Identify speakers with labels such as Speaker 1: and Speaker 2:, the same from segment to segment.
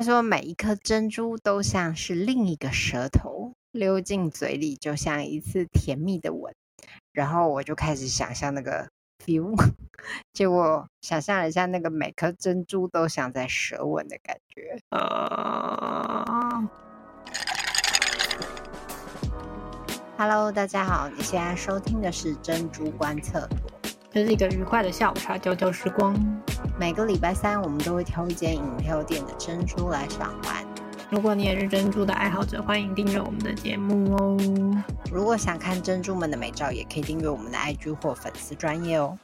Speaker 1: 他说每一颗珍珠都像是另一个舌头，溜进嘴里就像一次甜蜜的吻。然后我就开始想象那个 feel，结果想象了一下那个每颗珍珠都像在舌吻的感觉。啊、Hello，大家好，你现在收听的是珍珠观测所。
Speaker 2: 这是一个愉快的下午茶，交交时光。
Speaker 1: 每个礼拜三，我们都会挑一间饮料店的珍珠来赏玩。
Speaker 2: 如果你也是珍珠的爱好者，欢迎订阅我们的节目哦。
Speaker 1: 如果想看珍珠们的美照，也可以订阅我们的 IG 或粉丝专业哦。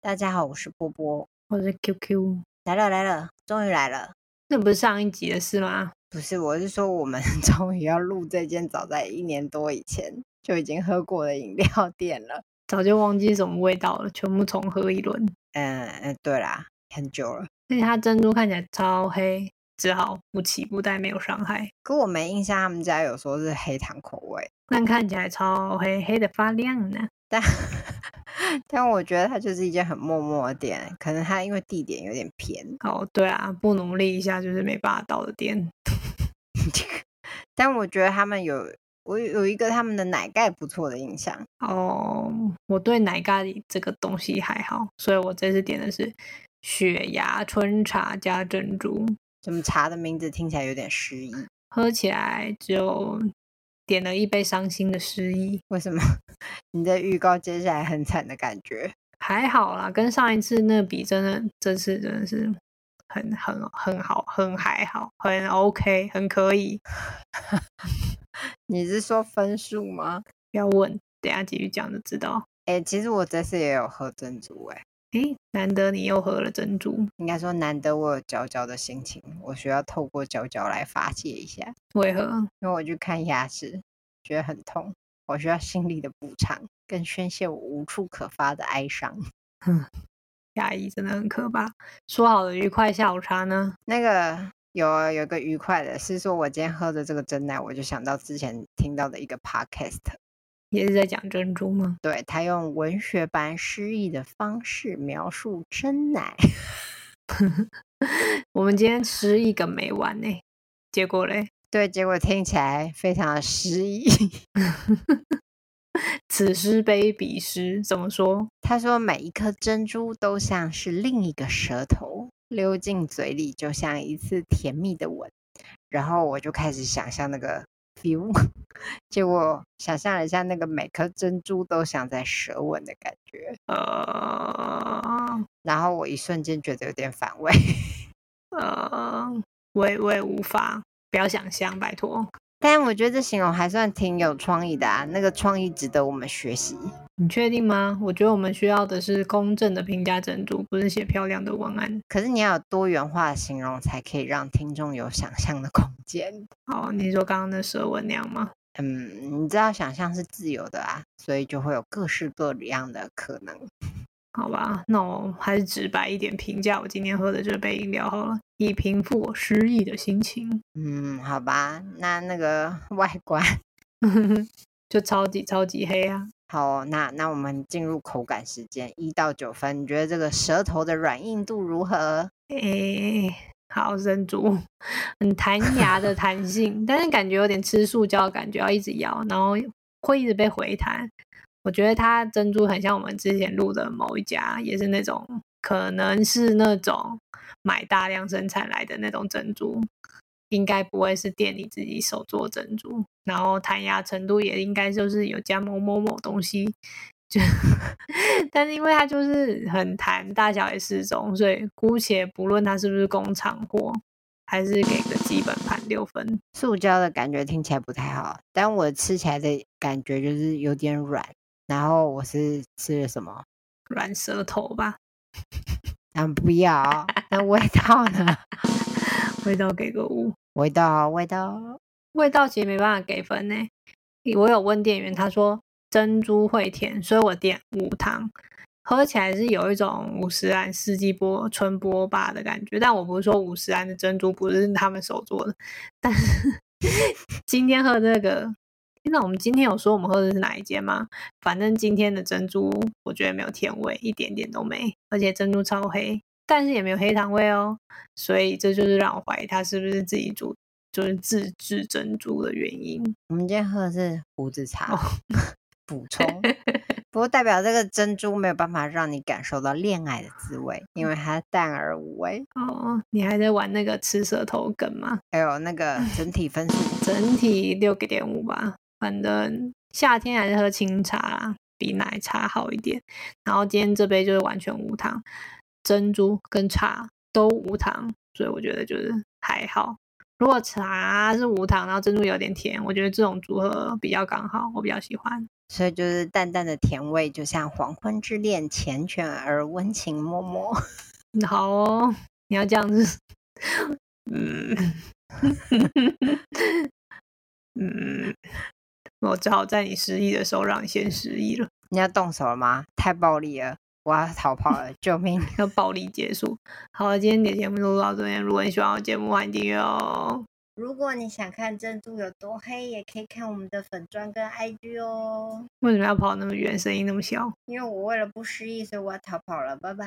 Speaker 1: 大家好，我是波波，
Speaker 2: 我是 QQ，
Speaker 1: 来了来了，终于来了。
Speaker 2: 那不是上一集的事吗？
Speaker 1: 不是，我是说我们 终于要录这间早在一年多以前就已经喝过的饮料店了。
Speaker 2: 早就忘记是什么味道了，全部重喝一轮。
Speaker 1: 嗯嗯，对啦，很久了，
Speaker 2: 而且它珍珠看起来超黑，只好不起不带，没有伤害。
Speaker 1: 可我没印象他们家有说是黑糖口味，
Speaker 2: 但看起来超黑，黑的发亮呢。
Speaker 1: 但 但我觉得它就是一间很默默的店，可能它因为地点有点偏，
Speaker 2: 哦，对啊，不努力一下就是没办法到的店。
Speaker 1: 但我觉得他们有我有一个他们的奶盖不错的印象，
Speaker 2: 哦，我对奶咖喱这个东西还好，所以我这次点的是雪芽春茶加珍珠，
Speaker 1: 怎么茶的名字听起来有点诗意？
Speaker 2: 喝起来就点了一杯伤心的失意，
Speaker 1: 为什么 你在预告接下来很惨的感觉？
Speaker 2: 还好啦，跟上一次那比，真的这次真的是很很很好，很还好，很 OK，很可以。
Speaker 1: 你是说分数吗？
Speaker 2: 不要问，等一下继续讲就知道。
Speaker 1: 哎、其实我这次也有喝珍珠、诶哎，
Speaker 2: 诶，难得你又喝了珍珠，
Speaker 1: 应该说难得我有佼佼的心情，我需要透过佼佼来发泄一下，
Speaker 2: 为何？
Speaker 1: 因为我去看牙齿，觉得很痛，我需要心理的补偿，跟宣泄我无处可发的哀伤。
Speaker 2: 压抑真的很可怕。说好的愉快下午茶呢？
Speaker 1: 那个有啊有一个愉快的，是说我今天喝的这个真奶，我就想到之前听到的一个 podcast，
Speaker 2: 也是在讲珍珠吗？
Speaker 1: 对他用文学般诗意的方式描述真奶，
Speaker 2: 我们今天吃一个没完呢、结果嘞，
Speaker 1: 对，结果听起来非常的诗意。
Speaker 2: 此诗非彼诗，怎么说？
Speaker 1: 他说每一颗珍珠都像是另一个舌头，溜进嘴里就像一次甜蜜的吻。然后我就开始想象那个 feel，结 果想象了一下那个每颗珍珠都像在舌吻的感觉，
Speaker 2: 呃
Speaker 1: 然后我一瞬间觉得有点反胃。
Speaker 2: 呃，我也我也无法，不要想象，拜托。
Speaker 1: 但我觉得这形容还算挺有创意的啊，那个创意值得我们学习。
Speaker 2: 你确定吗？我觉得我们需要的是公正的评价珍珠，不是写漂亮的文案。
Speaker 1: 可是你要有多元化的形容，才可以让听众有想象的空间。
Speaker 2: 哦，你说刚刚那舌吻那样吗？
Speaker 1: 嗯，你知道想象是自由的啊，所以就会有各式各样的可能。
Speaker 2: 好吧，那我还是直白一点评价我今天喝的这杯饮料好了，以平复我失意的心情。
Speaker 1: 嗯，好吧，那那个 外观
Speaker 2: 就超级超级黑啊！
Speaker 1: 好哦、那那我们进入口感时间，一到九分，你觉得这个舌头的软硬度如何？
Speaker 2: 哎诶、哎好珍珠， 很弹牙的弹性，但是感觉有点吃塑胶，感觉要一直咬，然后会一直被回弹。我觉得它珍珠很像我们之前录的某一家，也是那种可能是那种买大量生产来的那种珍珠，应该不会是店里自己手做珍珠，然后弹牙程度也应该就是有加某某某东西，就 但是因为它就是很弹，大小也适中，所以姑且不论它是不是工厂货，还是给个基本盘六分。
Speaker 1: 塑胶的感觉听起来不太好，但我吃起来的感觉就是有点软。然后我是吃了什么？
Speaker 2: 软舌头吧，
Speaker 1: 啊，不要，那味道呢？
Speaker 2: 味道给个五。
Speaker 1: 味道，味道，
Speaker 2: 味道其实没办法给分呢。我有问店员，他说珍珠会甜，所以我点无糖，喝起来是有一种五十安四季波春波霸的感觉。但我不是说五十安的珍珠不是他们手做的，但是 今天喝这个，那我们今天有说我们喝的是哪一间吗？反正今天的珍珠我觉得没有甜味，一点点都没，而且珍珠超黑。但是也没有黑糖味哦，所以这就是让我怀疑它是不是自己煮，就是自制珍珠的原因。
Speaker 1: 我们今天喝的是胡子茶，补充。不过代表这个珍珠没有办法让你感受到恋爱的滋味，因为它淡而无味。
Speaker 2: 哦，你还在玩那个吃舌头梗吗？
Speaker 1: 还有那个整体分数，
Speaker 2: 整体六个点五吧，反正夏天还是喝清茶啦比奶茶好一点。然后今天这杯就是完全无糖，珍珠跟茶都无糖，所以我觉得就是还好。如果茶是无糖，然后珍珠有点甜，我觉得这种组合比较刚好，我比较喜欢。
Speaker 1: 所以就是淡淡的甜味，就像黄昏之恋缱绻而温情脉脉。
Speaker 2: 嗯好哦，你要这样子，嗯，嗯，我只好在你失忆的时候让你先失忆了，
Speaker 1: 你要动手了吗？太暴力了，我要逃跑了，救命！
Speaker 2: 要暴力结束。好了，今天的节目就录到这边，如果你喜欢我的节目，欢迎订阅哦。
Speaker 1: 如果你想看珍珠有多黑，也可以看我们的粉砖跟 IG 哦。
Speaker 2: 为什么要跑那么远？声音那么小，
Speaker 1: 因为我为了不失忆，所以我要逃跑了，拜拜。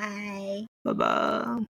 Speaker 2: 拜拜。